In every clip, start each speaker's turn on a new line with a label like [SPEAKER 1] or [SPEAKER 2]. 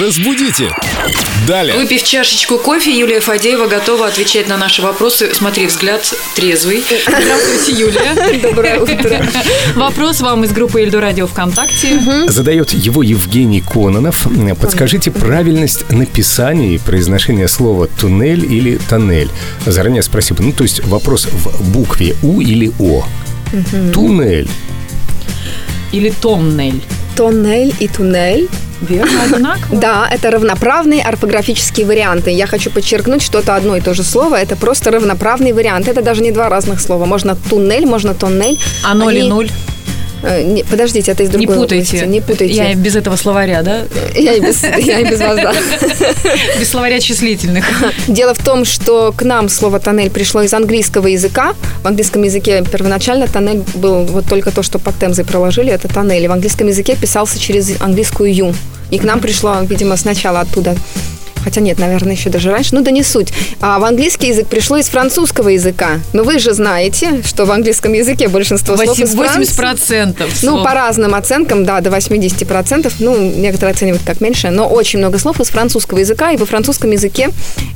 [SPEAKER 1] Разбудите! Далее.
[SPEAKER 2] Выпив чашечку кофе, Юлия Фадеева готова отвечать на наши вопросы. Смотри, взгляд трезвый. Здравствуйте, Юлия.
[SPEAKER 3] Доброе утро.
[SPEAKER 2] Вопрос вам из группы Эльду Радио ВКонтакте.
[SPEAKER 1] Задает его Евгений Кононов. Подскажите правильность написания и произношения слова «туннель» или «тоннель». Заранее спасибо. Ну, то есть вопрос в букве «у» или «о». Туннель.
[SPEAKER 2] Или Томнель.
[SPEAKER 3] Тоннель и туннель.
[SPEAKER 2] Верно, одинаково.
[SPEAKER 3] Да, это равноправные орфографические варианты. Я хочу подчеркнуть, что это одно и то же слово. Это просто равноправный вариант. Это даже не два разных слова. Можно туннель, можно тоннель.
[SPEAKER 2] А ноль и
[SPEAKER 3] Они-
[SPEAKER 2] нуль?
[SPEAKER 3] Э, не- подождите, это из
[SPEAKER 2] Не
[SPEAKER 3] другой
[SPEAKER 2] путайте.
[SPEAKER 3] области. Не путайте.
[SPEAKER 2] Я и без этого словаря, да?
[SPEAKER 3] Я и без, я и без вас, да.
[SPEAKER 2] Без словаря числительных.
[SPEAKER 3] Дело в том, что к нам слово тоннель пришло из английского языка. В английском языке первоначально тоннель был вот только то, что под темзой проложили, это тоннель. И В английском языке писался через английскую ю. И к нам пришло, видимо, сначала оттуда. Хотя нет, наверное, еще даже раньше. Ну да не суть. А в английский язык пришло из французского языка. Но вы же знаете, что в английском языке большинство слов из Франции.
[SPEAKER 2] 80%.
[SPEAKER 3] Ну,
[SPEAKER 2] слов.
[SPEAKER 3] по разным оценкам, да, до 80%. Ну, некоторые оценивают как меньше, но очень много слов из французского языка, и во французском языке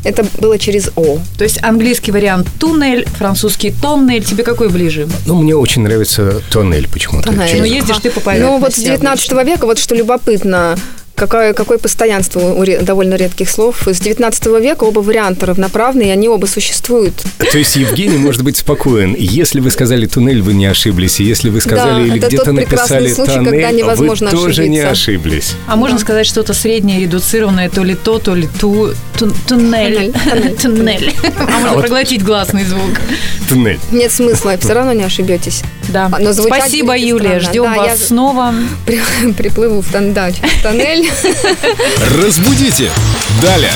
[SPEAKER 3] это было через «о».
[SPEAKER 2] То есть английский вариант туннель, французский тоннель. Тебе какой ближе?
[SPEAKER 1] Ну, мне очень нравится «тоннель» почему-то.
[SPEAKER 3] Тоннель.
[SPEAKER 1] Через-
[SPEAKER 2] Ну, ездишь ты по поверхности.
[SPEAKER 3] Ну, вот с 19
[SPEAKER 2] обычно.
[SPEAKER 3] века, вот что любопытно, Какое, какое постоянство у ре- довольно редких слов. С 19 века оба варианта равноправные, и они оба существуют.
[SPEAKER 1] То есть Евгений может быть спокоен. Если вы сказали туннель, вы не ошиблись. И Если вы сказали
[SPEAKER 3] Да,
[SPEAKER 1] или
[SPEAKER 3] это
[SPEAKER 1] где-то
[SPEAKER 3] тот прекрасный
[SPEAKER 1] написали
[SPEAKER 3] случай, когда
[SPEAKER 1] тоннель, вы
[SPEAKER 3] невозможно
[SPEAKER 1] тоже не
[SPEAKER 3] ошибиться.
[SPEAKER 1] ошиблись.
[SPEAKER 2] А можно сказать что-то среднее, редуцированное, то ли то, то ли ту, тун- туннель. Туннель. А можно
[SPEAKER 1] вот-
[SPEAKER 2] проглотить гласный звук.
[SPEAKER 1] Туннель.
[SPEAKER 3] Нет смысла, все равно не ошибетесь.
[SPEAKER 2] Да.
[SPEAKER 3] Но звучать
[SPEAKER 2] Спасибо,
[SPEAKER 3] будет
[SPEAKER 2] Юлия.
[SPEAKER 3] странно.
[SPEAKER 2] Ждем
[SPEAKER 3] Да,
[SPEAKER 2] вас
[SPEAKER 3] я-
[SPEAKER 2] снова.
[SPEAKER 3] При- приплыву в тон- да, через тоннель.
[SPEAKER 1] Разбудите. Далее.